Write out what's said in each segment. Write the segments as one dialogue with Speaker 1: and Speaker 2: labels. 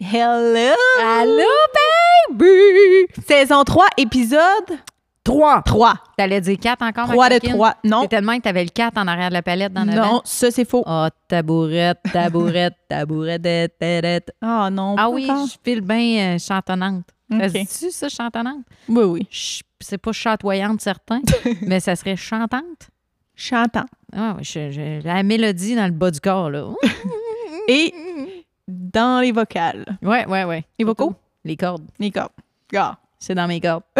Speaker 1: Hello!
Speaker 2: Allô, baby!
Speaker 1: Saison 3, épisode
Speaker 2: 3.
Speaker 1: 3.
Speaker 2: T'allais dire 4 encore, ma
Speaker 1: 3 de
Speaker 2: coquine?
Speaker 1: 3. Non,
Speaker 2: C'est tellement que t'avais le 4 en arrière de la palette dans
Speaker 1: non, ça c'est faux.
Speaker 2: Oh, tabourette, tabourette, tabourette, tabourette.
Speaker 1: Ah non,
Speaker 2: Ah
Speaker 1: pas
Speaker 2: oui,
Speaker 1: encore.
Speaker 2: je file bien euh, chantonnante.
Speaker 1: Ok.
Speaker 2: tu ça, chantonnante?
Speaker 1: Oui, oui.
Speaker 2: Ch- C'est pas chatoyante, certain, mais ça serait chantante.
Speaker 1: Chantant.
Speaker 2: Ah, ouais, je- je- la mélodie dans le bas du corps, là.
Speaker 1: Et dans les vocales.
Speaker 2: ouais, ouais, ouais.
Speaker 1: Les vocaux?
Speaker 2: Les cordes.
Speaker 1: Les cordes. Ah.
Speaker 2: C'est dans mes cordes.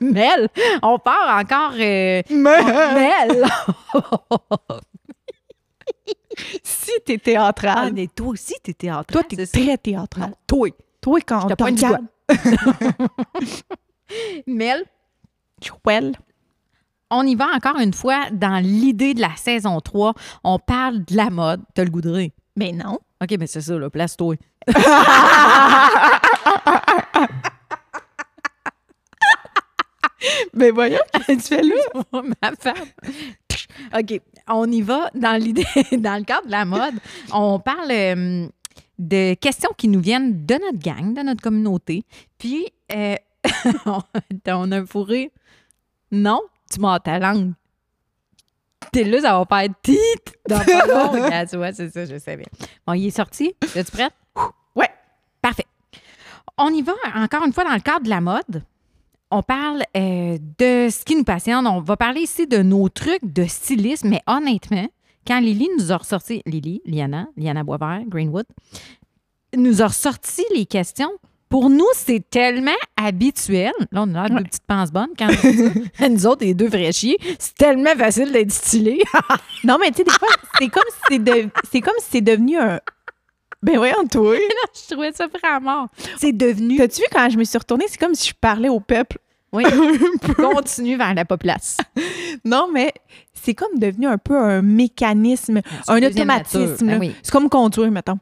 Speaker 2: Mel, on part encore. euh,
Speaker 1: Ah,
Speaker 2: Mel!
Speaker 1: si t'es théâtrale,
Speaker 2: Ah, mais toi aussi, t'es théâtre.
Speaker 1: toi t'es très théâtrale.
Speaker 2: toi.
Speaker 1: Toi quand
Speaker 2: Je te
Speaker 1: on te
Speaker 2: pointe du
Speaker 1: regarde,
Speaker 2: Mel,
Speaker 1: tu rouelles.
Speaker 2: on y va encore une fois dans l'idée de la saison 3. On parle de la mode. T'as le goût de rire.
Speaker 1: Mais non.
Speaker 2: OK, mais c'est ça, là. Place-toi.
Speaker 1: Mais voyons, tu fais lui.
Speaker 2: Ma femme. OK, on y va dans l'idée, dans le cadre de la mode. On parle euh, de questions qui nous viennent de notre gang, de notre communauté. Puis, euh, on a un fou rire. Non, tu mords ta langue. T'es là, ça va pas être tit. Dans pas long. Regarde, tu vois, c'est ça, je sais bien. Bon, il est sorti. Es-tu prête?
Speaker 1: Ouais.
Speaker 2: Parfait. On y va encore une fois dans le cadre de la mode. On parle euh, de ce qui nous passionne. On va parler ici de nos trucs de stylisme, mais honnêtement, quand Lily nous a ressorti, Lily, Liana, Liana Boisvert, Greenwood, nous a ressorti les questions, pour nous, c'est tellement habituel. Là, on a l'air de deux petites penses bonnes. Quand on dit ça. nous autres, les deux fraîchis, c'est tellement facile d'être stylé.
Speaker 1: Non, mais tu sais, des fois, c'est comme si c'est de- c'est comme si c'est devenu un. Ben voyons, toi.
Speaker 2: Ah, je trouvais ça vraiment. C'est devenu.
Speaker 1: T'as-tu vu quand je me suis retournée, c'est comme si je parlais au peuple.
Speaker 2: Oui, continue vers la populace.
Speaker 1: Non, mais c'est comme devenu un peu un mécanisme, un
Speaker 2: deuxième nature.
Speaker 1: automatisme.
Speaker 2: Ben
Speaker 1: là.
Speaker 2: oui.
Speaker 1: C'est comme conduire, mettons.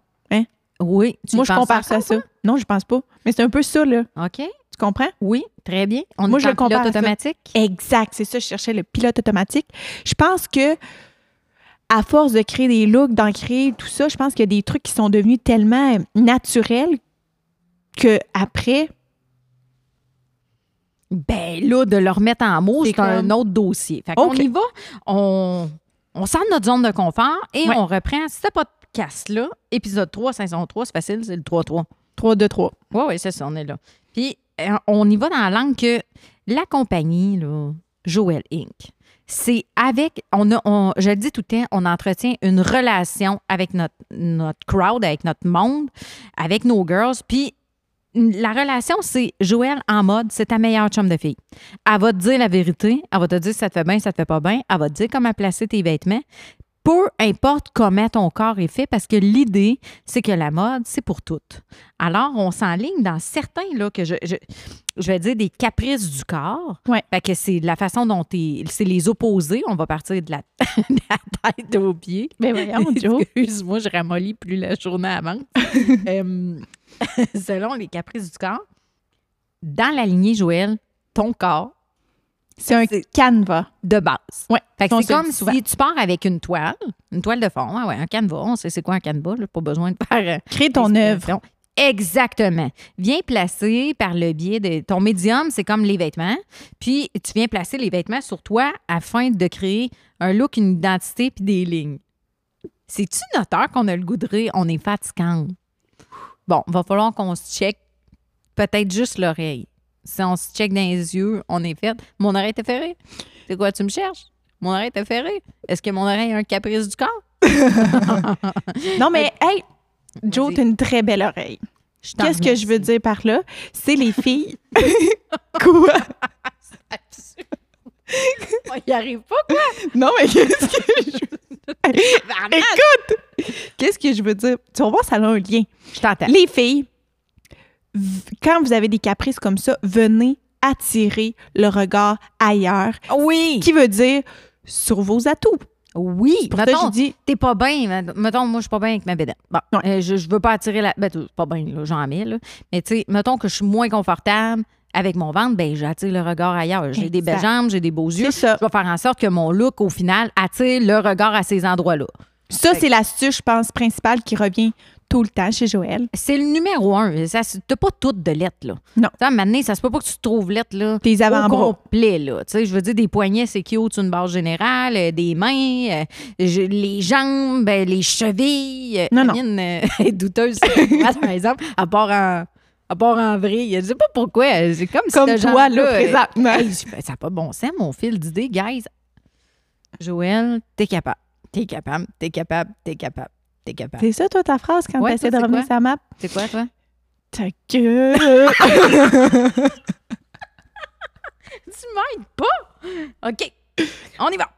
Speaker 2: Oui, tu
Speaker 1: Moi,
Speaker 2: y
Speaker 1: je
Speaker 2: penses
Speaker 1: compare ça à
Speaker 2: encore,
Speaker 1: ça. Non, je pense pas. Mais c'est un peu ça, là.
Speaker 2: toi? OK.
Speaker 1: Tu comprends?
Speaker 2: Oui, très bien. On
Speaker 1: Moi,
Speaker 2: est
Speaker 1: je
Speaker 2: en
Speaker 1: le compare
Speaker 2: pilote
Speaker 1: à ça.
Speaker 2: automatique.
Speaker 1: Exact. C'est ça, je cherchais le pilote automatique. Je pense que, à force de créer des looks, d'en créer tout ça, je pense qu'il y a des trucs qui sont devenus tellement euh, naturels que après
Speaker 2: Ben là, de le remettre en mots,
Speaker 1: C'est
Speaker 2: c'est un
Speaker 1: comme-
Speaker 2: autre dossier. Fait qu'on
Speaker 1: OK.
Speaker 2: y va, on, on sort de notre zone de confort et
Speaker 1: Ouais.
Speaker 2: on reprend ce podcast-là, épisode 3, saison 3, c'est facile, c'est le 3-3.
Speaker 1: 3 2 3
Speaker 2: Oui, oui, c'est ça, on est là. Puis, euh, on y va dans la langue que la compagnie, là, Joel Inc., c'est avec, on a, on- je le dis tout le temps, on entretient une relation avec notre, notre crowd, avec notre monde, avec nos girls. Puis, la relation, c'est Joël en mode, c'est ta meilleure chum de fille. Elle va te dire la vérité, elle va te dire si ça te fait bien, si ça te fait pas bien, elle va te dire comment placer tes vêtements. Peu importe comment ton corps est fait, parce que l'idée, c'est que la mode, c'est pour toutes. Alors, on s'enligne dans certains, là, que je, je, je vais dire des caprices du corps.
Speaker 1: Ouais.
Speaker 2: Fait que c'est la façon dont t'es- c'est les opposés. On va partir de la, de la tête aux pieds.
Speaker 1: Ben voyons, Joe.
Speaker 2: Excuse-moi, je ramollis plus la journée avant. Euh, selon les caprices du corps, dans la lignée, Joël, ton corps
Speaker 1: C'est un canevas.
Speaker 2: de base.
Speaker 1: Ouais.
Speaker 2: Fait que
Speaker 1: On
Speaker 2: c'est
Speaker 1: se le
Speaker 2: comme
Speaker 1: dit souvent.
Speaker 2: si tu pars avec une toile, une toile de fond, ah ouais, un canevas. On sait c'est quoi un canevas, là, pas besoin de faire euh,
Speaker 1: Crée ton œuvre.
Speaker 2: Inspiration. Exactement. Viens placer par le biais de ton médium, c'est comme les vêtements. Puis tu viens placer les vêtements sur toi afin de créer un look, une identité puis des lignes. C'est-tu noteur qu'on a le goût de rire? On est fatigante. Bon, va falloir qu'on se check peut-être juste l'oreille. Si on se check dans les yeux, on est fait. Mon oreille te fait rire. C'est quoi, tu me cherches? Mon oreille te fait rire. Est-ce que mon oreille a un caprice du corps?
Speaker 1: Non, mais hey, Joe,
Speaker 2: Euh, Vas-y.
Speaker 1: t'as une très belle oreille.
Speaker 2: Je t'en
Speaker 1: Qu'est-ce que je veux
Speaker 2: remercie.
Speaker 1: dire par là? C'est les filles. Quoi?
Speaker 2: Absolument. On n'y arrive pas, quoi.
Speaker 1: Non, mais qu'est-ce que je...
Speaker 2: Tabarnak.
Speaker 1: Écoute! Qu'est-ce que je veux dire? Tu vas voir, ça a un lien.
Speaker 2: Je t'entends.
Speaker 1: Les filles, v- quand vous avez des caprices comme ça, venez attirer le regard ailleurs,
Speaker 2: Oui.
Speaker 1: qui veut dire sur vos atouts.
Speaker 2: Oui.
Speaker 1: Pour ça, je
Speaker 2: Mettons,
Speaker 1: dis...
Speaker 2: t'es pas bien. Mettons, moi, je suis pas bien avec ma bédette. Bon,
Speaker 1: Ouais.
Speaker 2: euh, je, je veux pas attirer la... Ben, t'es pas bien, là, j'en mets, là. Mais tu sais, mettons que je suis moins confortable avec mon ventre, ben j'attire le regard ailleurs. J'ai des belles
Speaker 1: Exact.
Speaker 2: jambes, j'ai des beaux yeux.
Speaker 1: C'est ça.
Speaker 2: Je vais faire en sorte que mon look, au final, attire le regard à ces endroits-là.
Speaker 1: Ça, c'est l'astuce, je pense, principale qui revient tout le temps chez Joël.
Speaker 2: C'est le numéro un. Ça, c'est- T'as pas toutes de lettres, là.
Speaker 1: Non.
Speaker 2: Tu sais, à un moment donné, ça se peut pas que tu te trouves lettres, là.
Speaker 1: Tes
Speaker 2: au
Speaker 1: avant-bras.
Speaker 2: complet, là. Tu sais, je veux dire, des poignets, c'est cute, une barre générale, euh, des mains, euh, je- les jambes, euh, les chevilles. euh,
Speaker 1: Non, non.
Speaker 2: Amine, euh, est douteuse, par exemple, à part en, à part en vrille. Je sais pas pourquoi. euh, C'est comme, si
Speaker 1: Comme
Speaker 2: ce
Speaker 1: toi,
Speaker 2: genre-là,
Speaker 1: là,
Speaker 2: euh,
Speaker 1: présentement.
Speaker 2: hey, je fais, ça n'a pas de bon sens, mon fil d'idée, guys. Joël, t'es capable. T'es capable, t'es capable, t'es capable, t'es capable.
Speaker 1: C'est ça, toi, ta phrase quand
Speaker 2: Ah. Ouais,
Speaker 1: t'essaies de
Speaker 2: toi, c'est
Speaker 1: revenir
Speaker 2: quoi?
Speaker 1: sur la map?
Speaker 2: C'est quoi, toi?
Speaker 1: Ta gueule!
Speaker 2: Tu m'aides pas? OK. On y va.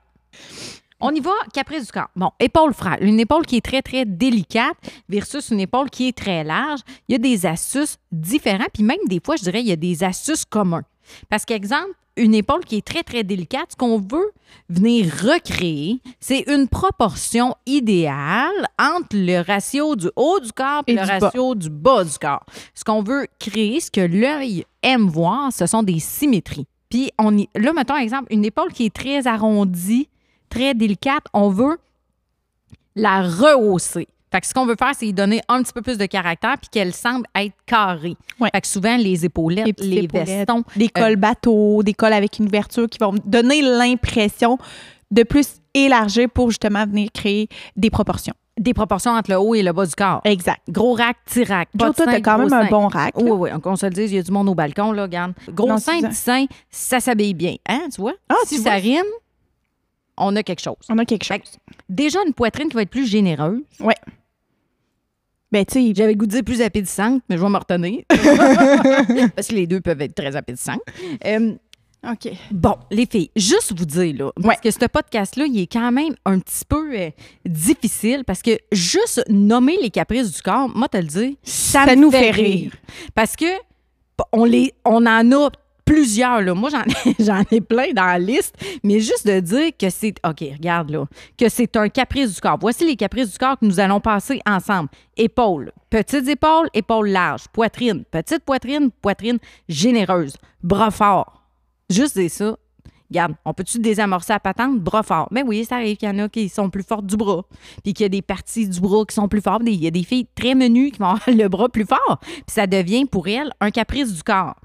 Speaker 2: On y va, caprice du corps. Bon, épaule frêle. Une épaule qui est très, très délicate versus une épaule qui est très large. Il y a des astuces différents, puis même des fois, je dirais, il y a des astuces communs. Parce qu'exemple, une épaule qui est très, très délicate, ce qu'on veut venir recréer, c'est une proportion idéale entre le ratio du haut du corps et
Speaker 1: Et
Speaker 2: le
Speaker 1: du bas.
Speaker 2: ratio du bas du corps. Ce qu'on veut créer, ce que l'œil aime voir, ce sont des symétries. Puis on y, là, mettons exemple, une épaule qui est très arrondie, très délicate, on veut la rehausser. Fait que ce qu'on veut faire, c'est y donner un petit peu plus de caractère puis qu'elle semble être carrée.
Speaker 1: Ouais.
Speaker 2: Fait que souvent, les
Speaker 1: Les
Speaker 2: épaulettes, Euh,
Speaker 1: petites
Speaker 2: les,
Speaker 1: épaulettes.
Speaker 2: vestons,
Speaker 1: des cols bateaux, des cols avec une ouverture qui vont me donner l'impression de plus élargir pour justement venir créer des proportions.
Speaker 2: des proportions entre le haut et le bas du corps.
Speaker 1: Exact.
Speaker 2: Gros rack, petit rack. bas
Speaker 1: Joe,
Speaker 2: de
Speaker 1: toi, t'as
Speaker 2: sein,
Speaker 1: quand
Speaker 2: gros Oh.
Speaker 1: même un
Speaker 2: sein.
Speaker 1: bon rack. là.
Speaker 2: Oui, oui, qu'on se le dise, il y a du monde au balcon, là, regarde. Gros
Speaker 1: Non,
Speaker 2: sein,
Speaker 1: c'est ça.
Speaker 2: petit sein, ça s'habille bien. Hein, tu vois?
Speaker 1: Ah,
Speaker 2: si
Speaker 1: tu
Speaker 2: ça
Speaker 1: vois?
Speaker 2: rime, on a quelque chose.
Speaker 1: On a quelque chose.
Speaker 2: Déjà, une poitrine qui va être plus généreuse.
Speaker 1: Ben, tu sais,
Speaker 2: J'avais le goût de dire plus appétissante, mais je vais me retenir. Parce que les deux peuvent être très appétissantes. Euh,
Speaker 1: OK.
Speaker 2: Bon, les filles, juste vous dire, là, parce
Speaker 1: Ouais.
Speaker 2: que ce podcast-là, il est quand même un petit peu euh, difficile, parce que juste nommer les caprices du corps, moi, te le dis, ça,
Speaker 1: Ça
Speaker 2: me
Speaker 1: nous fait rire.
Speaker 2: Parce que p- on, les, on en a plusieurs, là. Moi, j'en ai, j'en ai plein dans la liste, mais juste de dire que c'est. OK, regarde, là, que c'est un caprice du corps. Voici les caprices du corps que nous allons passer ensemble. Épaules, petites épaules, épaules larges, poitrine, petite poitrine, poitrine généreuse, bras forts. Juste dire ça. Regarde, on peut-tu désamorcer la patente bras fort? Mais oui, ça arrive qu'il y en a qui sont plus fortes du bras, puis qu'il y a des parties du bras qui sont plus fortes. Des- Il y a des filles très menues qui vont avoir le bras plus fort, puis ça devient pour elles un caprice du corps.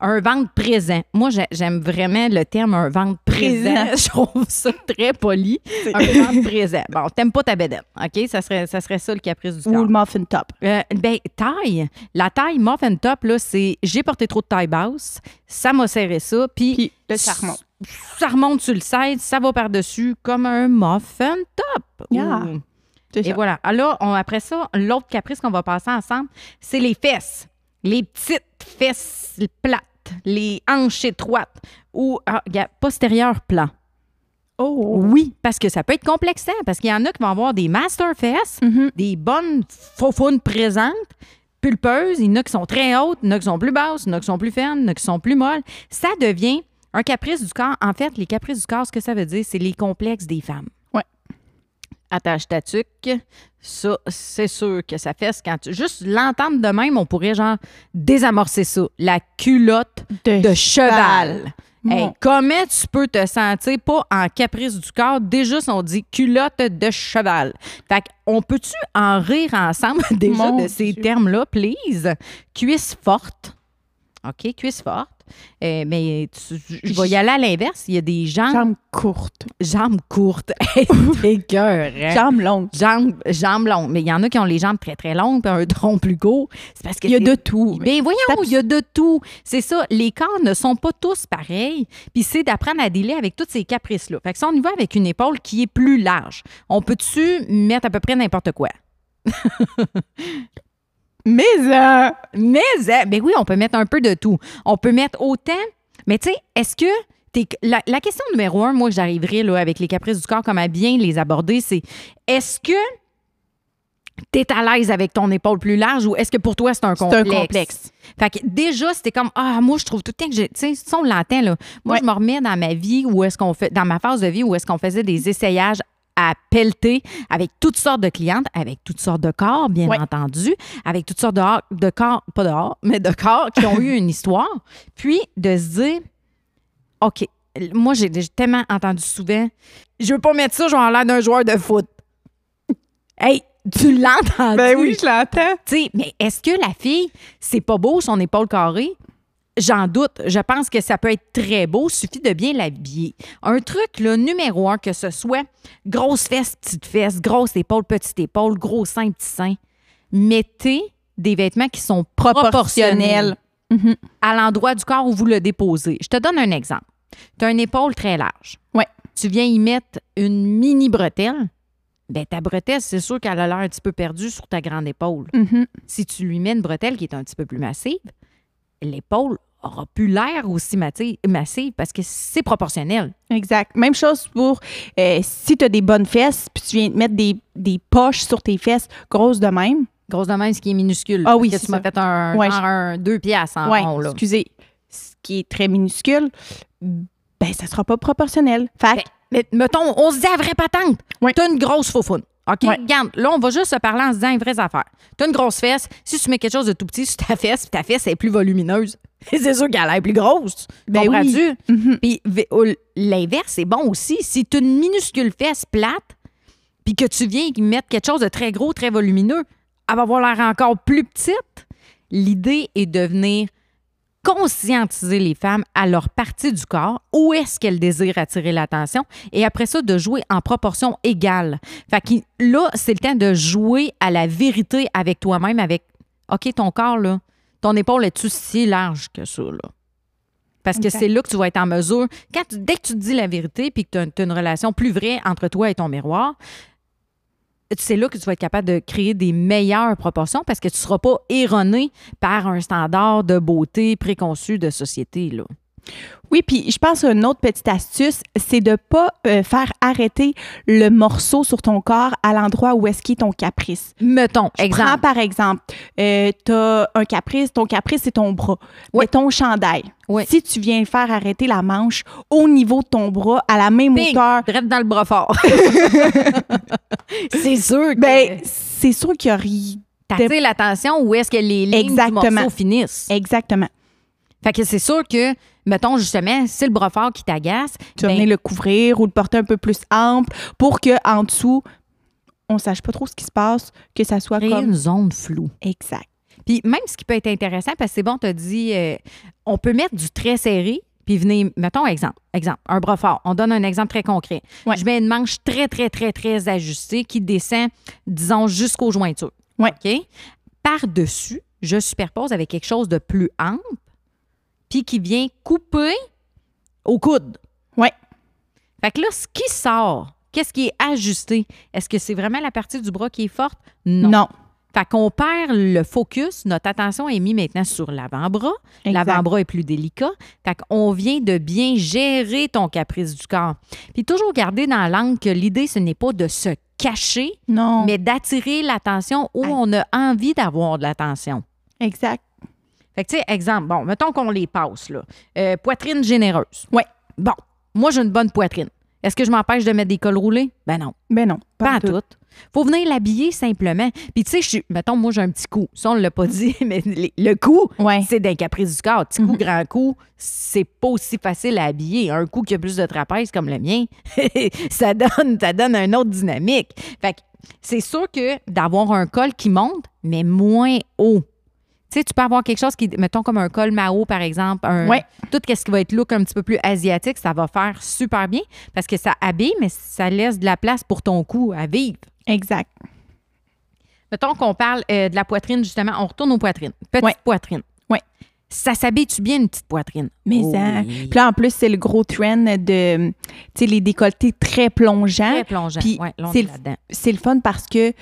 Speaker 2: Un ventre présent. Moi, j'ai- j'aime vraiment le terme un ventre présent. Je trouve ça très poli. Un ventre présent. Bon, t'aimes pas ta bédaine, OK? Ça serait, ça serait ça le caprice du corps.
Speaker 1: Ou le muffin top.
Speaker 2: Euh, ben, taille. La taille muffin top, là, c'est j'ai porté trop de taille basse, ça m'a serré ça, puis.
Speaker 1: Puis le charbon.
Speaker 2: Ça remonte sur le side, ça va par-dessus comme un muffin top.
Speaker 1: Yeah,
Speaker 2: Ouh.
Speaker 1: C'est
Speaker 2: Et
Speaker 1: ça.
Speaker 2: voilà. Alors, on- après ça, l'autre caprice qu'on va passer ensemble, c'est les fesses. Les petites fesses plates, les hanches étroites ou ah, regarde, postérieur plan.
Speaker 1: Oh.
Speaker 2: Oui, parce que ça peut être complexant, parce qu'il y en a qui vont avoir des master fesses,
Speaker 1: Mhm.
Speaker 2: des bonnes faufounes présentes, pulpeuses. Il y en a qui sont très hautes, il y en a qui sont plus basses, il y en a qui sont plus fermes, il y en a qui sont plus molles. Ça devient un caprice du corps. En fait, les caprices du corps, ce que ça veut dire, c'est les complexes des femmes.
Speaker 1: Ouais.
Speaker 2: Attache ta tuque. Ça, c'est sûr que ça fesse quand tu. Juste l'entendre de même, on pourrait genre désamorcer ça. La culotte de cheval.
Speaker 1: Mon-
Speaker 2: Hey, comment tu peux te sentir pas en caprice du corps? Déjà, si on dit culotte de cheval. Fait qu'on peut-tu en rire ensemble déjà
Speaker 1: Mon
Speaker 2: de ces
Speaker 1: Dieu.
Speaker 2: termes-là, please? Cuisse forte. OK, cuisse forte. Euh, mais tu- je vais y aller à l'inverse. Il y a des gens, jambes,
Speaker 1: Jambes courtes.
Speaker 2: courtes. Hey, c'est écœurant.
Speaker 1: Jambes longues.
Speaker 2: Jambes, jambes longues. Mais il y en a qui ont les jambes très, très longues puis un tronc plus court. C'est parce que
Speaker 1: Il y a
Speaker 2: c'est-
Speaker 1: de tout. mais-
Speaker 2: ben voyons,
Speaker 1: Tape-
Speaker 2: il y a de tout. C'est ça, les corps ne sont pas tous pareils. Puis c'est d'apprendre à délai avec tous ces caprices-là. Fait que si on y va avec une épaule qui est plus large, on peut-tu mettre à peu près n'importe quoi?
Speaker 1: Mais, euh,
Speaker 2: Mais, euh, ben oui, on peut mettre un peu de tout. On peut mettre autant. Mais tu sais, est-ce que. t'es- la, la question numéro un, moi, que j'arriverai là, avec les caprices du corps, comment bien les aborder, c'est est-ce que tu es à l'aise avec ton épaule plus large ou est-ce que pour toi, c'est un
Speaker 1: C'est un
Speaker 2: complexe?
Speaker 1: complexe.
Speaker 2: Fait que déjà, c'était comme Ah, moi, je trouve tout le temps que j'ai. Tu sais, ça, on l'entend, là. Moi,
Speaker 1: Ouais.
Speaker 2: je me remets dans ma vie où est-ce qu'on fait. Dans ma phase de vie où est-ce qu'on faisait des essayages à pelleter avec toutes sortes de clientes, avec toutes sortes de corps, bien
Speaker 1: Ouais.
Speaker 2: entendu, avec toutes sortes de, hors- de corps, pas de corps, mais de corps qui ont eu une histoire. Puis de se dire OK, moi, j'ai j'ai tellement entendu souvent Je veux pas mettre ça, je vais avoir l'air d'un joueur de foot. Hey, tu l'entends.
Speaker 1: Ben oui, je l'entends.
Speaker 2: Tu sais, mais est-ce que la fille, c'est pas beau son épaule carrée? J'en doute. Je pense que ça peut être très beau. Suffit de bien l'habiller. Un truc, là, numéro un, que ce soit grosse fesse, petite fesse, grosse épaule, petite épaule, gros sein, petit sein. Mettez des vêtements qui sont
Speaker 1: Proportionnel.
Speaker 2: proportionnels
Speaker 1: Mhm.
Speaker 2: à l'endroit du corps où vous le déposez. Je te donne un exemple. Tu as une épaule très large.
Speaker 1: Ouais.
Speaker 2: Tu viens y mettre une mini bretelle. Ben, ta bretelle, c'est sûr qu'elle a l'air un petit peu perdue sur ta grande épaule.
Speaker 1: Mhm.
Speaker 2: Si tu lui mets une bretelle qui est un petit peu plus massive, l'épaule aura plus l'air aussi mati- massive parce que c'est proportionnel.
Speaker 1: Exact. Même chose pour euh, si tu as des bonnes fesses, puis tu viens te mettre des, des poches sur tes fesses grosses de même.
Speaker 2: Grosse de même, ce qui est minuscule.
Speaker 1: Ah oui,
Speaker 2: parce
Speaker 1: c'est
Speaker 2: que tu m'as
Speaker 1: ça.
Speaker 2: fait un,
Speaker 1: Ouais,
Speaker 2: genre un deux piastres en
Speaker 1: ouais,
Speaker 2: rond, là.
Speaker 1: excusez, ce qui est très minuscule, ben ça sera pas proportionnel. Fait que-
Speaker 2: Mais, mettons, on se dit à vraie patente.
Speaker 1: Ouais.
Speaker 2: T'as une grosse faufoune. OK?
Speaker 1: Ouais.
Speaker 2: Regarde, là, on va juste se parler en se disant les vraies affaires. T'as une grosse fesse. Si tu mets quelque chose de tout petit sur ta fesse, puis ta fesse est plus volumineuse, c'est sûr qu'elle a l'air plus grosse.
Speaker 1: Ben
Speaker 2: Comprends-tu?
Speaker 1: Mhm.
Speaker 2: Puis v- euh, l'inverse, c'est bon aussi. Si t'as une minuscule fesse plate, puis que tu viens y mettre quelque chose de très gros, très volumineux, elle va avoir l'air encore plus petite. L'idée est de venir conscientiser les femmes à leur partie du corps, où est-ce qu'elles désirent attirer l'attention, et après ça, de jouer en proportion égale. Fait que là, c'est le temps de jouer à la vérité avec toi-même, avec, OK, ton corps, là, ton épaule est-tu si large que ça, là? Parce que
Speaker 1: Exact.
Speaker 2: c'est là que tu vas être en mesure, quand tu- dès que tu te dis la vérité, puis que tu as, une relation plus vraie entre toi et ton miroir, c'est là que tu vas être capable de créer des meilleures proportions parce que tu ne seras pas erroné par un standard de beauté préconçu de société. Là.
Speaker 1: Oui, puis je pense une autre petite astuce, c'est de pas euh, faire arrêter le morceau sur ton corps à l'endroit où est-ce qu'est ton caprice.
Speaker 2: Mettons,
Speaker 1: Je prends
Speaker 2: exemple.
Speaker 1: par exemple, euh, t'as un caprice, ton caprice c'est ton bras,
Speaker 2: Oui.
Speaker 1: mais ton chandail.
Speaker 2: Oui.
Speaker 1: Si tu viens faire arrêter la manche au niveau de ton bras à la même
Speaker 2: Ping,
Speaker 1: hauteur,
Speaker 2: direct dans le bras fort. c'est sûr que
Speaker 1: ben c'est sûr qu'il y a ri-
Speaker 2: t'attires l'attention où est-ce que les lignes du
Speaker 1: Exactement.
Speaker 2: morceau finissent.
Speaker 1: Exactement.
Speaker 2: Fait que c'est sûr que, mettons justement, c'est le bras fort qui t'agace.
Speaker 1: Tu vas
Speaker 2: ben,
Speaker 1: venir le couvrir ou le porter un peu plus ample pour que en dessous on sache pas trop ce qui se passe, que ça soit
Speaker 2: créer
Speaker 1: comme
Speaker 2: une zone floue.
Speaker 1: exact.
Speaker 2: Puis même ce qui peut être intéressant, parce que c'est bon, tu dit, euh, on peut mettre du très serré, puis venez, mettons exemple, exemple, un bras fort. On donne un exemple très concret.
Speaker 1: Ouais.
Speaker 2: Je mets une manche très, très, très, très ajustée qui descend, disons, jusqu'aux jointures.
Speaker 1: Ouais.
Speaker 2: OK? Par-dessus, je superpose avec quelque chose de plus ample, puis qui vient couper au coude.
Speaker 1: Ouais.
Speaker 2: Fait que là, ce qui sort, qu'est-ce qui est ajusté? Est-ce que c'est vraiment la partie du bras qui est forte? Non.
Speaker 1: Non.
Speaker 2: Fait qu'on perd le focus, notre attention est mise maintenant sur l'avant-bras.
Speaker 1: Exact.
Speaker 2: L'avant-bras est plus délicat. Fait qu'on vient de bien gérer ton caprice du corps. Puis toujours garder dans l'angle que l'idée, ce n'est pas de se cacher,
Speaker 1: Non.
Speaker 2: mais d'attirer l'attention où
Speaker 1: Aïe.
Speaker 2: on a envie d'avoir de l'attention.
Speaker 1: Exact.
Speaker 2: Fait que, tu sais, exemple, bon, mettons qu'on les passe, là. Euh, poitrine généreuse.
Speaker 1: Ouais.
Speaker 2: Bon, moi, j'ai une bonne poitrine. Est-ce que je m'empêche de mettre des cols roulés? Ben non.
Speaker 1: Ben non.
Speaker 2: Pas
Speaker 1: en tout.
Speaker 2: tout. Faut venir l'habiller simplement. Puis tu sais, je suis- mettons, moi j'ai un petit coup. Ça, on l'a pas dit, mais les- le coup,
Speaker 1: Ouais. Mhm.
Speaker 2: c'est d'un caprice du corps. Petit coup, grand coup, c'est pas aussi facile à habiller. Un coup qui a plus de trapèze comme le mien, ça donne, ça donne un autre dynamique. Fait que c'est sûr que d'avoir un col qui monte, mais moins haut. Tu sais, tu peux avoir quelque chose qui, mettons comme un col Mao, par exemple, un,
Speaker 1: Ouais.
Speaker 2: tout ce qui va être look un petit peu plus asiatique, ça va faire super bien parce que ça habille, mais ça laisse de la place pour ton cou à vivre.
Speaker 1: Exact.
Speaker 2: Mettons qu'on parle euh, de la poitrine, justement, on retourne aux poitrines. Petite
Speaker 1: Ouais.
Speaker 2: poitrine.
Speaker 1: Ouais.
Speaker 2: Ça s'habille-tu bien, une petite poitrine?
Speaker 1: Mais
Speaker 2: Oh
Speaker 1: hein.
Speaker 2: oui.
Speaker 1: Puis là, en plus, c'est le gros trend de, tu sais, les décolletés très plongeants.
Speaker 2: Très plongeant.
Speaker 1: hein? Puis
Speaker 2: Ouais, là, on
Speaker 1: c'est
Speaker 2: est
Speaker 1: le-
Speaker 2: là-dedans.
Speaker 1: C'est le fun parce que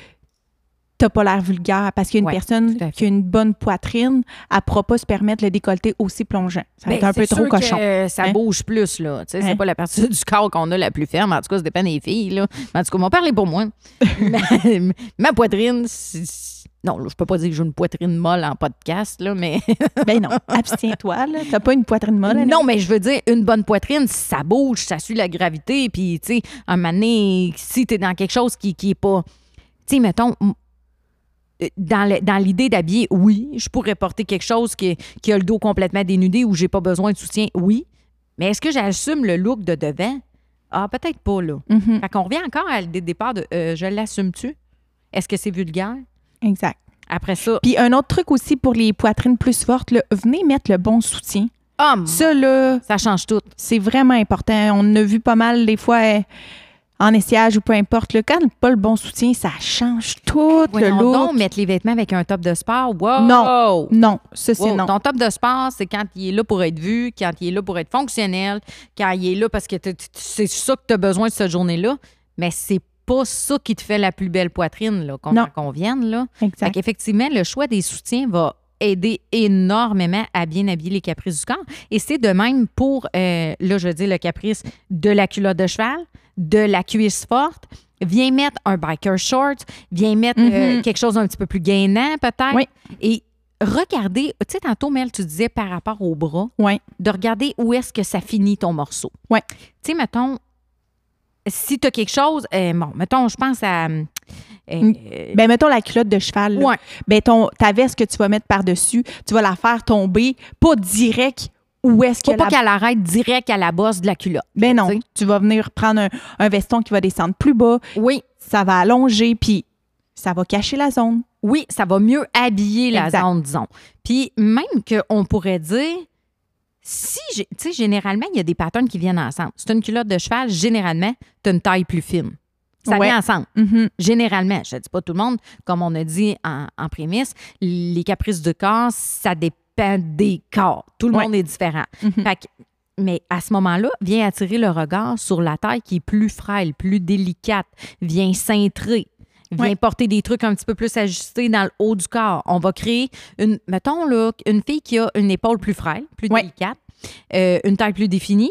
Speaker 1: t'as pas l'air vulgaire. Parce qu'il y a une
Speaker 2: Ouais,
Speaker 1: personne
Speaker 2: tout à fait.
Speaker 1: qui a une bonne poitrine, elle pourra pas se permettre le décolleté aussi plongeant. Ça va
Speaker 2: Ben,
Speaker 1: être un peu
Speaker 2: c'est
Speaker 1: trop
Speaker 2: sûr
Speaker 1: cochon.
Speaker 2: que, euh, ça
Speaker 1: Hein?
Speaker 2: bouge plus, là. Tu sais, C'est
Speaker 1: Hein?
Speaker 2: pas la partie du corps qu'on a la plus ferme. En tout cas, ça dépend des filles, là. Mais En tout cas, mon parler pour moi. ma, ma poitrine, c'est- non, là, je peux pas dire que j'ai une poitrine molle en podcast, là, mais.
Speaker 1: Ben non, abstiens-toi, là. T'as pas une poitrine molle. Alex.
Speaker 2: Non, mais je veux dire, une bonne poitrine, ça bouge, ça suit la gravité. Puis, tu sais, un moment donné, si t'es dans quelque chose qui, qui est pas. Tu sais, mettons. m- euh, Dans, le- dans l'idée d'habiller, oui, je pourrais porter quelque chose qui, qui a le dos complètement dénudé où j'ai pas besoin de soutien, oui. Mais est-ce que j'assume le look de devant? Ah, peut-être pas, là.
Speaker 1: Mhm.
Speaker 2: Fait qu'on revient encore à l'idée de départ de euh, je l'assume-tu? Est-ce que c'est vulgaire?
Speaker 1: Exact.
Speaker 2: Après ça,
Speaker 1: Puis un autre truc aussi pour les poitrines plus fortes, là, venez mettre le bon soutien.
Speaker 2: homme,
Speaker 1: Ça, là,
Speaker 2: ça change tout.
Speaker 1: c'est vraiment important. On a vu pas mal des fois euh, en essayage ou peu importe. Là, quand pas le bon soutien, ça change tout le
Speaker 2: Voyons
Speaker 1: look.
Speaker 2: donc, mettre les vêtements avec un top de sport, wow!
Speaker 1: Non. Non, ça, c'est
Speaker 2: Wow,
Speaker 1: non.
Speaker 2: Ton top de sport, c'est quand il est là pour être vu, quand il est là pour être fonctionnel, quand il est là parce que t'es- t'es- c'est ça que tu as besoin de cette journée-là. Mais c'est pas ça qui te fait la plus belle poitrine, là, qu'on
Speaker 1: Non.
Speaker 2: en convienne. Là. Fait
Speaker 1: Exact.
Speaker 2: qu'effectivement, le choix des soutiens va aider énormément à bien habiller les caprices du corps. Et c'est de même pour, euh, là, je dis le caprice de la culotte de cheval, de la cuisse forte. Viens mettre un biker short, viens mettre euh,
Speaker 1: Mhm.
Speaker 2: quelque chose d'un petit peu plus gainant peut-être.
Speaker 1: Oui.
Speaker 2: Et regardez, tu sais, tantôt, Mel, tu disais par rapport au bras,
Speaker 1: Ouais.
Speaker 2: de regarder où est-ce que ça finit ton morceau.
Speaker 1: Ouais.
Speaker 2: Tu sais, mettons, si tu as quelque chose, euh, bon, mettons, je pense à. euh, euh,
Speaker 1: Ben, mettons la culotte de cheval. là.
Speaker 2: Ouais.
Speaker 1: Ben, ton, ta veste que tu vas mettre par-dessus, tu vas la faire tomber, pas direct où est-ce que
Speaker 2: Faut pas
Speaker 1: la...
Speaker 2: qu'elle arrête direct à la bosse de la culotte.
Speaker 1: Ben non,
Speaker 2: tu sais.
Speaker 1: tu vas venir prendre un, un veston qui va descendre plus bas,
Speaker 2: Oui.
Speaker 1: ça va allonger, puis ça va cacher la zone.
Speaker 2: Oui, ça va mieux habiller la
Speaker 1: Exact.
Speaker 2: zone, disons. Puis même qu'on pourrait dire, si, j'ai- tu sais, généralement, il y a des patterns qui viennent ensemble. C'est une culotte de cheval, généralement, tu une taille plus fine. Ça
Speaker 1: Ouais.
Speaker 2: vient ensemble.
Speaker 1: Mhm.
Speaker 2: Généralement, je ne dis pas tout le monde, comme on a dit en, en prémisse, les caprices de corps, ça dépend des corps. Tout le
Speaker 1: Ouais.
Speaker 2: monde est différent.
Speaker 1: Mhm.
Speaker 2: Fait que- mais à ce moment-là, vient attirer le regard sur la taille qui est plus frêle, plus délicate, vient cintrer, vient
Speaker 1: Ouais.
Speaker 2: porter des trucs un petit peu plus ajustés dans le haut du corps. On va créer une, mettons là, une fille qui a une épaule plus frêle, plus
Speaker 1: Ouais.
Speaker 2: délicate, euh, une taille plus définie,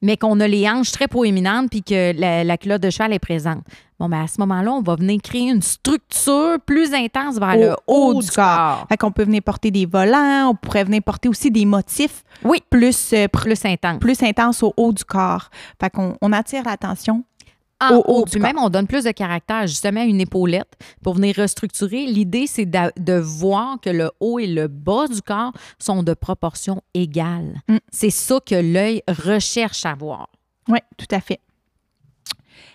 Speaker 2: mais qu'on a les hanches très proéminentes puis que la, la culotte de cheval est présente. Bon, mais à ce moment-là, on va venir créer une structure plus intense vers
Speaker 1: Au
Speaker 2: le haut,
Speaker 1: haut
Speaker 2: du
Speaker 1: du
Speaker 2: corps.
Speaker 1: Fait qu'on peut venir porter des volants, on pourrait venir porter aussi des motifs
Speaker 2: Oui,
Speaker 1: plus, euh, pr-
Speaker 2: plus intense.
Speaker 1: plus intenses au haut du corps. Fait qu'on on attire l'attention.
Speaker 2: en
Speaker 1: au
Speaker 2: haut.
Speaker 1: haut du
Speaker 2: Ah, oh, Puis
Speaker 1: corps.
Speaker 2: même, on donne plus de caractère, justement, à une épaulette pour venir restructurer. L'idée, c'est d'a- de, voir que le haut et le bas du corps sont de proportions égales.
Speaker 1: Mm.
Speaker 2: C'est ça que l'œil recherche à voir.
Speaker 1: Oui, tout à fait.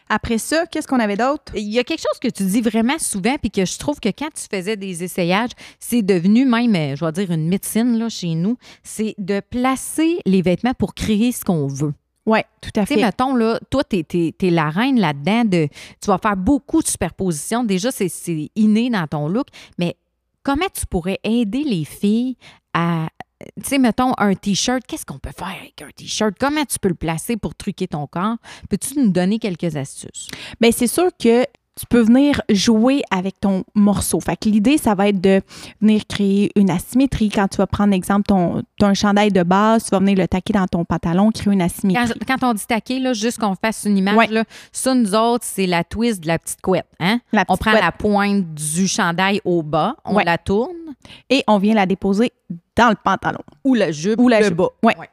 Speaker 1: Après ça, qu'est-ce qu'on avait d'autre?
Speaker 2: Il y a quelque chose que tu dis vraiment souvent, puis que je trouve que quand tu faisais des essayages, c'est devenu même, euh, je vais dire, une médecine là, chez nous, c'est de placer les vêtements pour créer ce qu'on veut.
Speaker 1: Oui, tout à
Speaker 2: Tu sais,
Speaker 1: fait.
Speaker 2: mettons, là, toi, t'es es, la reine là-dedans. de Tu vas faire beaucoup de superpositions. Déjà, c'est- c'est inné dans ton look. Mais comment tu pourrais aider les filles à. Tu sais, mettons, un T-shirt, qu'est-ce qu'on peut faire avec un T-shirt? Comment tu peux le placer pour truquer ton corps? Peux-tu nous donner quelques astuces?
Speaker 1: Bien, Ben, c'est sûr que tu peux venir jouer avec ton morceau. Fait que l'idée, ça va être de venir créer une asymétrie. Quand tu vas prendre, exemple, ton, ton chandail de base, tu vas venir le taquer dans ton pantalon, créer une
Speaker 2: Quand,
Speaker 1: asymétrie.
Speaker 2: quand on dit taquer, là, juste qu'on fasse une image,
Speaker 1: Ouais.
Speaker 2: là, ça, nous autres, c'est la twist de la petite couette. Hein?
Speaker 1: La
Speaker 2: On
Speaker 1: petite
Speaker 2: prend
Speaker 1: couette.
Speaker 2: la pointe du chandail au bas, on
Speaker 1: Ouais.
Speaker 2: la tourne,
Speaker 1: Et on vient la déposer dans le pantalon.
Speaker 2: ou la jupe,
Speaker 1: Ou la
Speaker 2: le
Speaker 1: jupe.
Speaker 2: bas.
Speaker 1: Ouais.
Speaker 2: Ouais.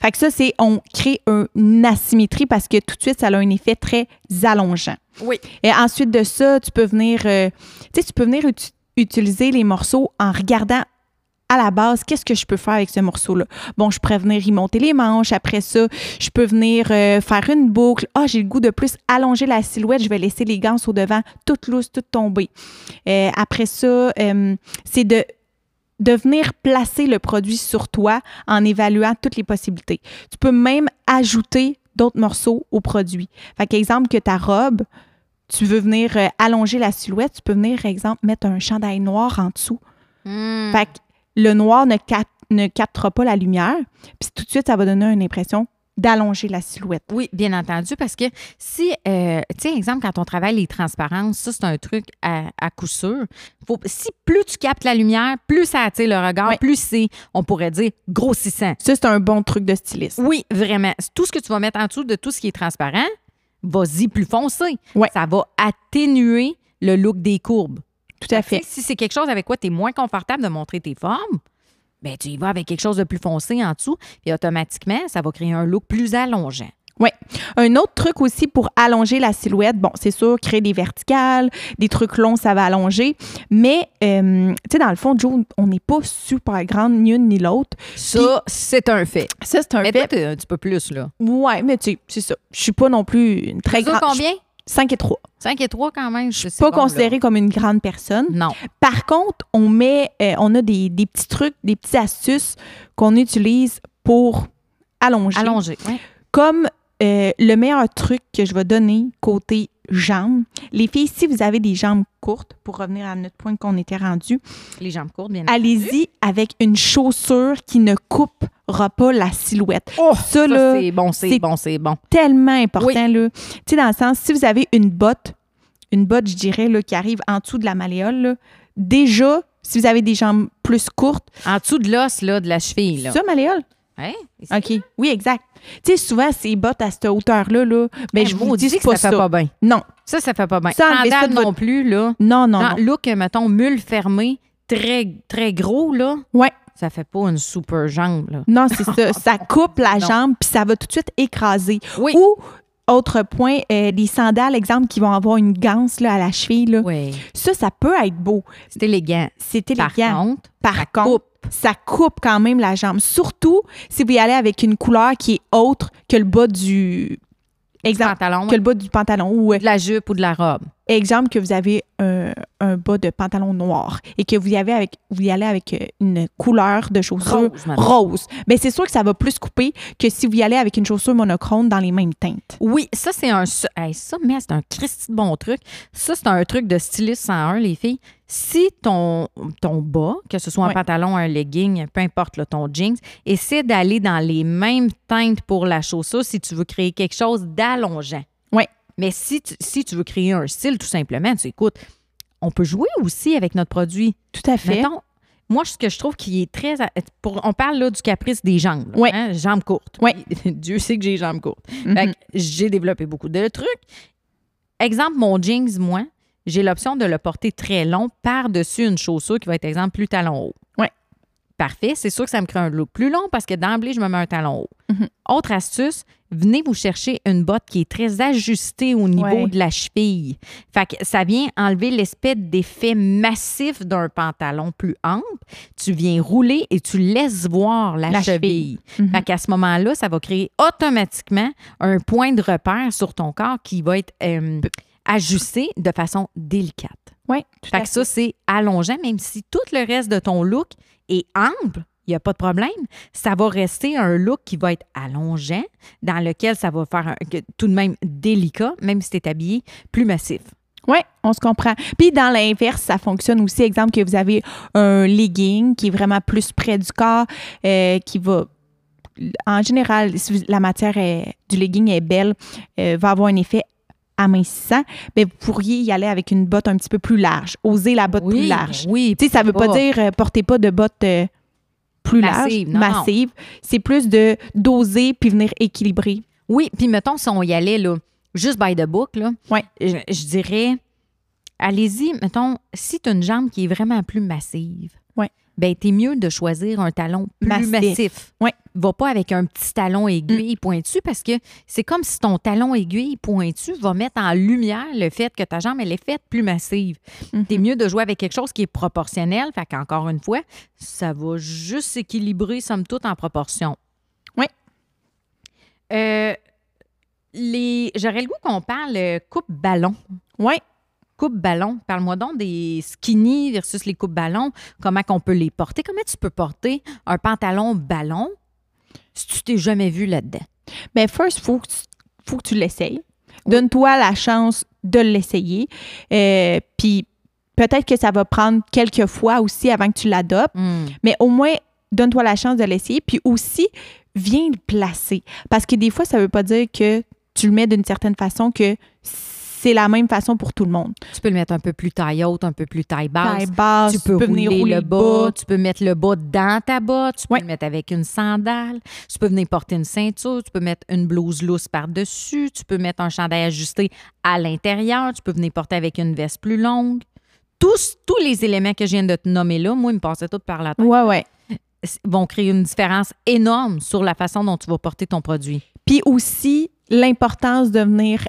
Speaker 1: Fait que ça, c'est on crée une asymétrie parce que tout de suite, ça a un effet très allongeant.
Speaker 2: Oui.
Speaker 1: Et ensuite de ça, tu peux venir, euh, tu sais, tu peux venir uti- utiliser les morceaux en regardant à la base, qu'est-ce que je peux faire avec ce morceau-là? Bon, je pourrais venir y monter les manches. Après ça, je peux venir euh, faire une boucle. Ah, j'ai le goût de plus allonger la silhouette. Je vais laisser les gants au devant, toute lousse, toute tombée. Euh, après ça, euh, c'est de, de venir placer le produit sur toi en évaluant toutes les possibilités. Tu peux même ajouter d'autres morceaux au produit. Fait qu'exemple que ta robe, tu veux venir euh, allonger la silhouette, tu peux venir, exemple, mettre un chandail noir en dessous.
Speaker 2: Hmm.
Speaker 1: Fait que le noir ne, cap- ne captera pas la lumière, puis tout de suite, ça va donner une impression d'allonger la silhouette.
Speaker 2: Oui, bien entendu, parce que si, euh, tu sais, exemple, quand on travaille les transparences, ça, c'est un truc à, à coup sûr. Faut, si plus tu captes la lumière, plus ça attire le regard,
Speaker 1: Oui.
Speaker 2: plus c'est, on pourrait dire, grossissant.
Speaker 1: Ça, c'est un bon truc de styliste.
Speaker 2: Oui, vraiment. Tout ce que tu vas mettre en dessous de tout ce qui est transparent, vas-y plus foncé.
Speaker 1: Oui.
Speaker 2: Ça va atténuer le look des courbes.
Speaker 1: Tout à
Speaker 2: Tu sais,
Speaker 1: fait.
Speaker 2: Si c'est quelque chose avec quoi tu es moins confortable de montrer tes formes, ben tu y vas avec quelque chose de plus foncé en dessous, puis automatiquement, ça va créer un look plus allongeant.
Speaker 1: Oui. Un autre truc aussi pour allonger la silhouette, bon, c'est sûr, créer des verticales, des trucs longs, ça va allonger. Mais, euh, tu sais, dans le fond, Joe, on n'est pas super grande, ni une ni l'autre.
Speaker 2: Ça, c'est un fait.
Speaker 1: Ça, c'est un
Speaker 2: Mais
Speaker 1: fait.
Speaker 2: toi, t'es un petit peu plus, là.
Speaker 1: Ouais, mais tu sais, c'est ça. Je suis pas non plus une très
Speaker 2: Mesure
Speaker 1: grande.
Speaker 2: combien?
Speaker 1: 5 et 3.
Speaker 2: 5 et 3 quand même. Je suis
Speaker 1: Pas considéré comme une grande personne.
Speaker 2: Non.
Speaker 1: Par contre, on met, euh, on a des, des petits trucs, des petites astuces qu'on utilise pour allonger.
Speaker 2: Allongé. oui.
Speaker 1: Comme euh, le meilleur truc que je vais donner côté jambes, les filles, si vous avez des jambes courtes, pour revenir à notre point qu'on était rendu,
Speaker 2: Les jambes courtes, bien
Speaker 1: Ah, allez-y avec une chaussure qui ne coupera pas la silhouette.
Speaker 2: Oh,
Speaker 1: ça,
Speaker 2: ça,
Speaker 1: là,
Speaker 2: c'est bon, c'est
Speaker 1: c'est-
Speaker 2: bon, c'est bon.
Speaker 1: tellement important. là. Tu sais, dans le sens, si vous avez une botte, une botte, je dirais, là, qui arrive en dessous de la malléole, là, déjà, si vous avez des jambes plus courtes,
Speaker 2: En dessous de l'os, là, de la cheville, là.
Speaker 1: ça, malléole?
Speaker 2: Hein? Ici.
Speaker 1: OK. Oui, exact. Tu sais, souvent, ces bottes à cette hauteur-là, là, ben,
Speaker 2: Hey,
Speaker 1: je vous
Speaker 2: Eh, maudit
Speaker 1: dis c'est
Speaker 2: que
Speaker 1: pas
Speaker 2: ça
Speaker 1: ça.
Speaker 2: fait pas bien.
Speaker 1: Non.
Speaker 2: Ça, ça fait pas bien.
Speaker 1: Ça, enlevez ça
Speaker 2: Sandales
Speaker 1: de votre-
Speaker 2: non plus, là.
Speaker 1: Non, non,
Speaker 2: Genre,
Speaker 1: non.
Speaker 2: Look, mettons, mule fermée, très, très gros, là.
Speaker 1: Ouais.
Speaker 2: Ça fait pas une super jambe, là.
Speaker 1: Non, c'est ça. Ça coupe la
Speaker 2: Non.
Speaker 1: jambe, puis ça va tout de suite écraser.
Speaker 2: Oui.
Speaker 1: Ou, autre point, euh, les sandales, exemple, qui vont avoir une ganse là, à la cheville, là.
Speaker 2: Oui.
Speaker 1: ça, ça peut être beau.
Speaker 2: C'est élégant.
Speaker 1: C'est
Speaker 2: Par
Speaker 1: élégant.
Speaker 2: contre,
Speaker 1: Par
Speaker 2: ça
Speaker 1: contre,
Speaker 2: coupe.
Speaker 1: ça coupe quand même la jambe. Surtout si vous y allez avec une couleur qui est autre que le bas du. Exemple,
Speaker 2: pantalon,
Speaker 1: que le bas du pantalon. Ou, euh,
Speaker 2: de la jupe ou de la robe.
Speaker 1: exemple, que vous avez un, un bas de pantalon noir et que vous y, avez avec, vous y allez avec euh, une couleur de chaussure
Speaker 2: Rose, madame.
Speaker 1: rose. Bien, c'est sûr que ça va plus couper que si vous y allez avec une chaussure monochrome dans les mêmes teintes.
Speaker 2: Oui, ça, c'est un. ça- hey, ça, mais c'est un Christi de bon truc. Ça, c'est un truc de styliste 101, les filles. Si ton, ton bas, que ce soit un
Speaker 1: Ouais.
Speaker 2: pantalon, un legging, peu importe là, ton jeans, essaie d'aller dans les mêmes teintes pour la chaussure si tu veux créer quelque chose d'allongeant.
Speaker 1: Ouais.
Speaker 2: Mais si tu, si tu veux créer un style, tout simplement, tu écoutes, on peut jouer aussi avec notre produit.
Speaker 1: Tout à fait.
Speaker 2: Mettons, moi, ce que je trouve qui est très. à- pour- on parle là du caprice des jambes. là,
Speaker 1: Ouais.
Speaker 2: hein, jambes courtes.
Speaker 1: Ouais.
Speaker 2: Dieu sait que j'ai les jambes courtes.
Speaker 1: Mhm.
Speaker 2: Fait que j'ai développé beaucoup de trucs. Exemple, mon jeans, moi, j'ai l'option de le porter très long par-dessus une chaussure qui va être, exemple, plus talon haut.
Speaker 1: Ouais.
Speaker 2: Parfait. C'est sûr que ça me crée un look plus long parce que d'emblée, je me mets un talon haut.
Speaker 1: Mhm.
Speaker 2: Autre astuce, venez vous chercher une botte qui est très ajustée au niveau
Speaker 1: Ouais.
Speaker 2: de la cheville. Fait que ça vient enlever l'espèce d'effet massif d'un pantalon plus ample. Tu viens rouler et tu laisses voir la,
Speaker 1: La
Speaker 2: cheville.
Speaker 1: cheville. Mhm.
Speaker 2: Fait qu'à ce moment-là, ça va créer automatiquement un point de repère sur ton corps qui va être euh, ajusté de façon délicate.
Speaker 1: Oui, tout
Speaker 2: Fait
Speaker 1: à
Speaker 2: que ça, c'est allongeant, même si tout le reste de ton look est ample, il n'y a pas de problème. Ça va rester un look qui va être allongeant, dans lequel ça va faire un- que- tout de même délicat, même si tu es habillé plus massif.
Speaker 1: Oui, on se comprend. Puis dans l'inverse, ça fonctionne aussi. Exemple que vous avez un legging qui est vraiment plus près du corps, euh, qui va... En général, si vous- la matière est- du legging est belle, euh, va avoir un effet amincissant, mais vous pourriez y aller avec une botte un petit peu plus large. Oser la botte plus large.
Speaker 2: Oui,
Speaker 1: Tu sais, ça veut pas, dire euh, portez pas de bottes euh, plus
Speaker 2: Massive, non,
Speaker 1: larges, massives. C'est plus de doser puis venir équilibrer.
Speaker 2: Oui, puis mettons, si on y allait, là, juste by the book, là,
Speaker 1: Ouais.
Speaker 2: je, je dirais, allez-y, mettons, si tu as une jambe qui est vraiment plus massive,
Speaker 1: Ouais.
Speaker 2: ben, t'es mieux de choisir un talon plus massif.
Speaker 1: Massif. Ouais. Mm.
Speaker 2: Va pas avec un petit talon aiguille pointu parce que c'est comme si ton talon aiguille pointu va mettre en lumière le fait que ta jambe, elle est faite plus massive.
Speaker 1: Mhm.
Speaker 2: T'es mieux de jouer avec quelque chose qui est proportionnel. Fait qu'encore une fois, ça va juste s'équilibrer, somme toute, en proportion.
Speaker 1: Oui.
Speaker 2: Euh, les... J'aurais le goût qu'on parle euh, coupe-ballon.
Speaker 1: Oui,
Speaker 2: Coupe-ballon, parle-moi donc des skinny versus les coupes-ballons. Comment qu'on peut les porter? Comment tu peux porter un pantalon ballon si tu t'es jamais vu là-dedans?
Speaker 1: Mais first, il faut, que tu- faut que tu l'essayes. Donne-toi la chance de l'essayer. Euh, Puis peut-être que ça va prendre quelques fois aussi avant que tu l'adoptes,
Speaker 2: Hmm.
Speaker 1: mais au moins, donne-toi la chance de l'essayer. Puis aussi, viens le placer. Parce que des fois, ça ne veut pas dire que tu le mets d'une certaine façon, que c'est la même façon pour tout le monde.
Speaker 2: Tu peux le mettre un peu plus taille haute, un peu plus taille basse.
Speaker 1: Taille basse,
Speaker 2: tu peux,
Speaker 1: venir
Speaker 2: rouler
Speaker 1: rouler
Speaker 2: le bas, tu peux mettre le bas dans ta botte, tu peux
Speaker 1: Ouais.
Speaker 2: le mettre avec une sandale, tu peux venir porter une ceinture, tu peux mettre une blouse lousse par-dessus, tu peux mettre un chandail ajusté à l'intérieur, tu peux venir porter avec une veste plus longue. Tous, tous les éléments que je viens de te nommer là, moi, ils me passaient tous par la tête,
Speaker 1: Ouais, ouais.
Speaker 2: vont créer une différence énorme sur la façon dont tu vas porter ton produit.
Speaker 1: Puis aussi, l'importance de venir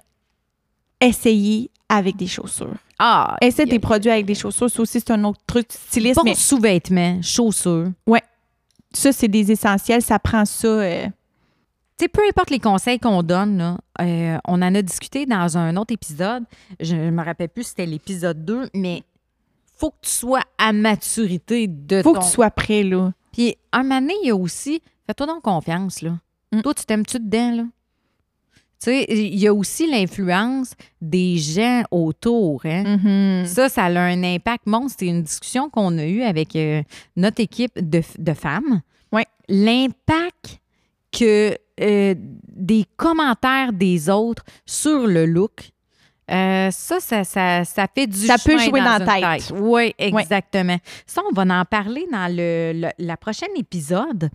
Speaker 1: essayer avec des chaussures.
Speaker 2: Ah,
Speaker 1: Essaie
Speaker 2: aïe,
Speaker 1: tes produits avec des chaussures. Ça aussi, c'est un autre truc styliste,
Speaker 2: porte
Speaker 1: mais
Speaker 2: sous-vêtements, chaussures.
Speaker 1: ça, c'est des essentiels. Ça prend ça euh,
Speaker 2: Tu sais, peu importe les conseils qu'on donne, là, euh, on en a discuté dans un autre épisode. Je ne me rappelle plus si c'était l'épisode 2, mais faut que tu sois à maturité de
Speaker 1: Faut
Speaker 2: ton...
Speaker 1: que tu sois prêt, là.
Speaker 2: Puis, un moment donné, il y a aussi... Fais-toi donc confiance, là.
Speaker 1: Mm.
Speaker 2: Toi, tu t'aimes-tu dedans, là? Tu sais, il y a aussi l'influence des gens autour, hein?
Speaker 1: Mm.
Speaker 2: Ça, ça a un impact monstre. C'est une discussion qu'on a eue avec euh, notre équipe de, f- de femmes.
Speaker 1: Ouais.
Speaker 2: L'impact que euh, des commentaires des autres sur le look, euh, ça, ça, ça, ça fait du
Speaker 1: Ça peut
Speaker 2: chemin
Speaker 1: jouer dans la
Speaker 2: une
Speaker 1: tête.
Speaker 2: Oui, exactement. Ça, on va en parler dans le, le- la prochaine épisode.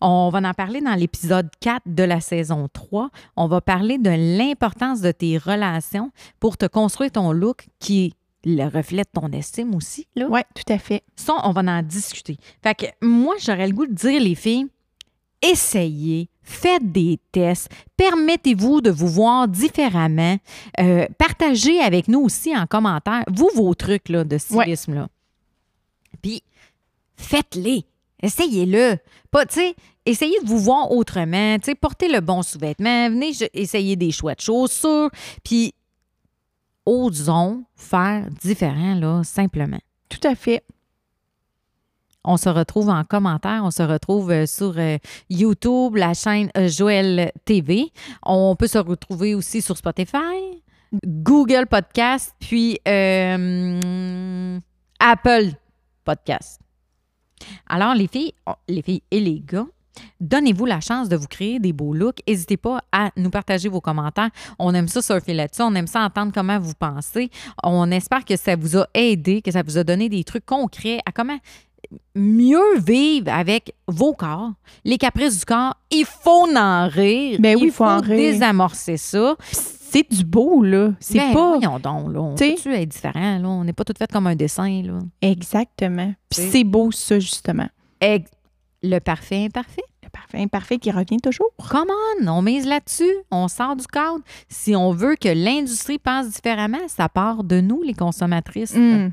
Speaker 2: On va en parler dans l'épisode 4 de la saison 3. On va parler de l'importance de tes relations pour te construire ton look qui est le reflet de ton estime aussi. Là.
Speaker 1: Oui, tout à fait.
Speaker 2: Ça, on va en discuter. Fait que moi, j'aurais le goût de dire, les filles, essayez, faites des tests, permettez-vous de vous voir différemment, Euh, partagez avec nous aussi en commentaire, vous, vos trucs là, de stylisme. Là. Puis, faites-les. Essayez-le. Pas, tu sais, essayez de vous voir autrement. Tu sais, portez le bon sous-vêtement. Venez je- essayer des choix de chaussures. Puis, osons faire différent, là, simplement.
Speaker 1: Tout à fait.
Speaker 2: On se retrouve en commentaire, on se retrouve euh, sur euh, YouTube, la chaîne euh, Joël TV. On peut se retrouver aussi sur Spotify, Google Podcast, puis euh, hum, Apple Podcast. Alors, les filles, oh, les filles et les gars, donnez-vous la chance de vous créer des beaux looks. N'hésitez pas à nous partager vos commentaires. On aime ça surfer là-dessus. On aime ça entendre comment vous pensez. On espère que ça vous a aidé, que ça vous a donné des trucs concrets à comment mieux vivre avec vos corps, les caprices du corps. Il faut en rire.
Speaker 1: Ben oui,
Speaker 2: il
Speaker 1: faut en rire.
Speaker 2: désamorcer ça.
Speaker 1: Pis C'est du beau, là. C'est
Speaker 2: Ben,
Speaker 1: pas.
Speaker 2: voyons donc, là. On
Speaker 1: T'sais-
Speaker 2: peut-tu être différent, là? On n'est pas tout fait comme un dessin, là.
Speaker 1: Exactement. Puis
Speaker 2: C'est-
Speaker 1: c'est beau, ça, justement.
Speaker 2: Ex- le parfait imparfait.
Speaker 1: Le parfait imparfait qui revient toujours.
Speaker 2: Come on, on mise là-dessus, on sort du cadre. Si on veut que l'industrie pense différemment, ça part de nous, Mm. les consommatrices.
Speaker 1: Mm.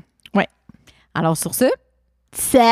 Speaker 2: Alors sur ce,
Speaker 1: Salut!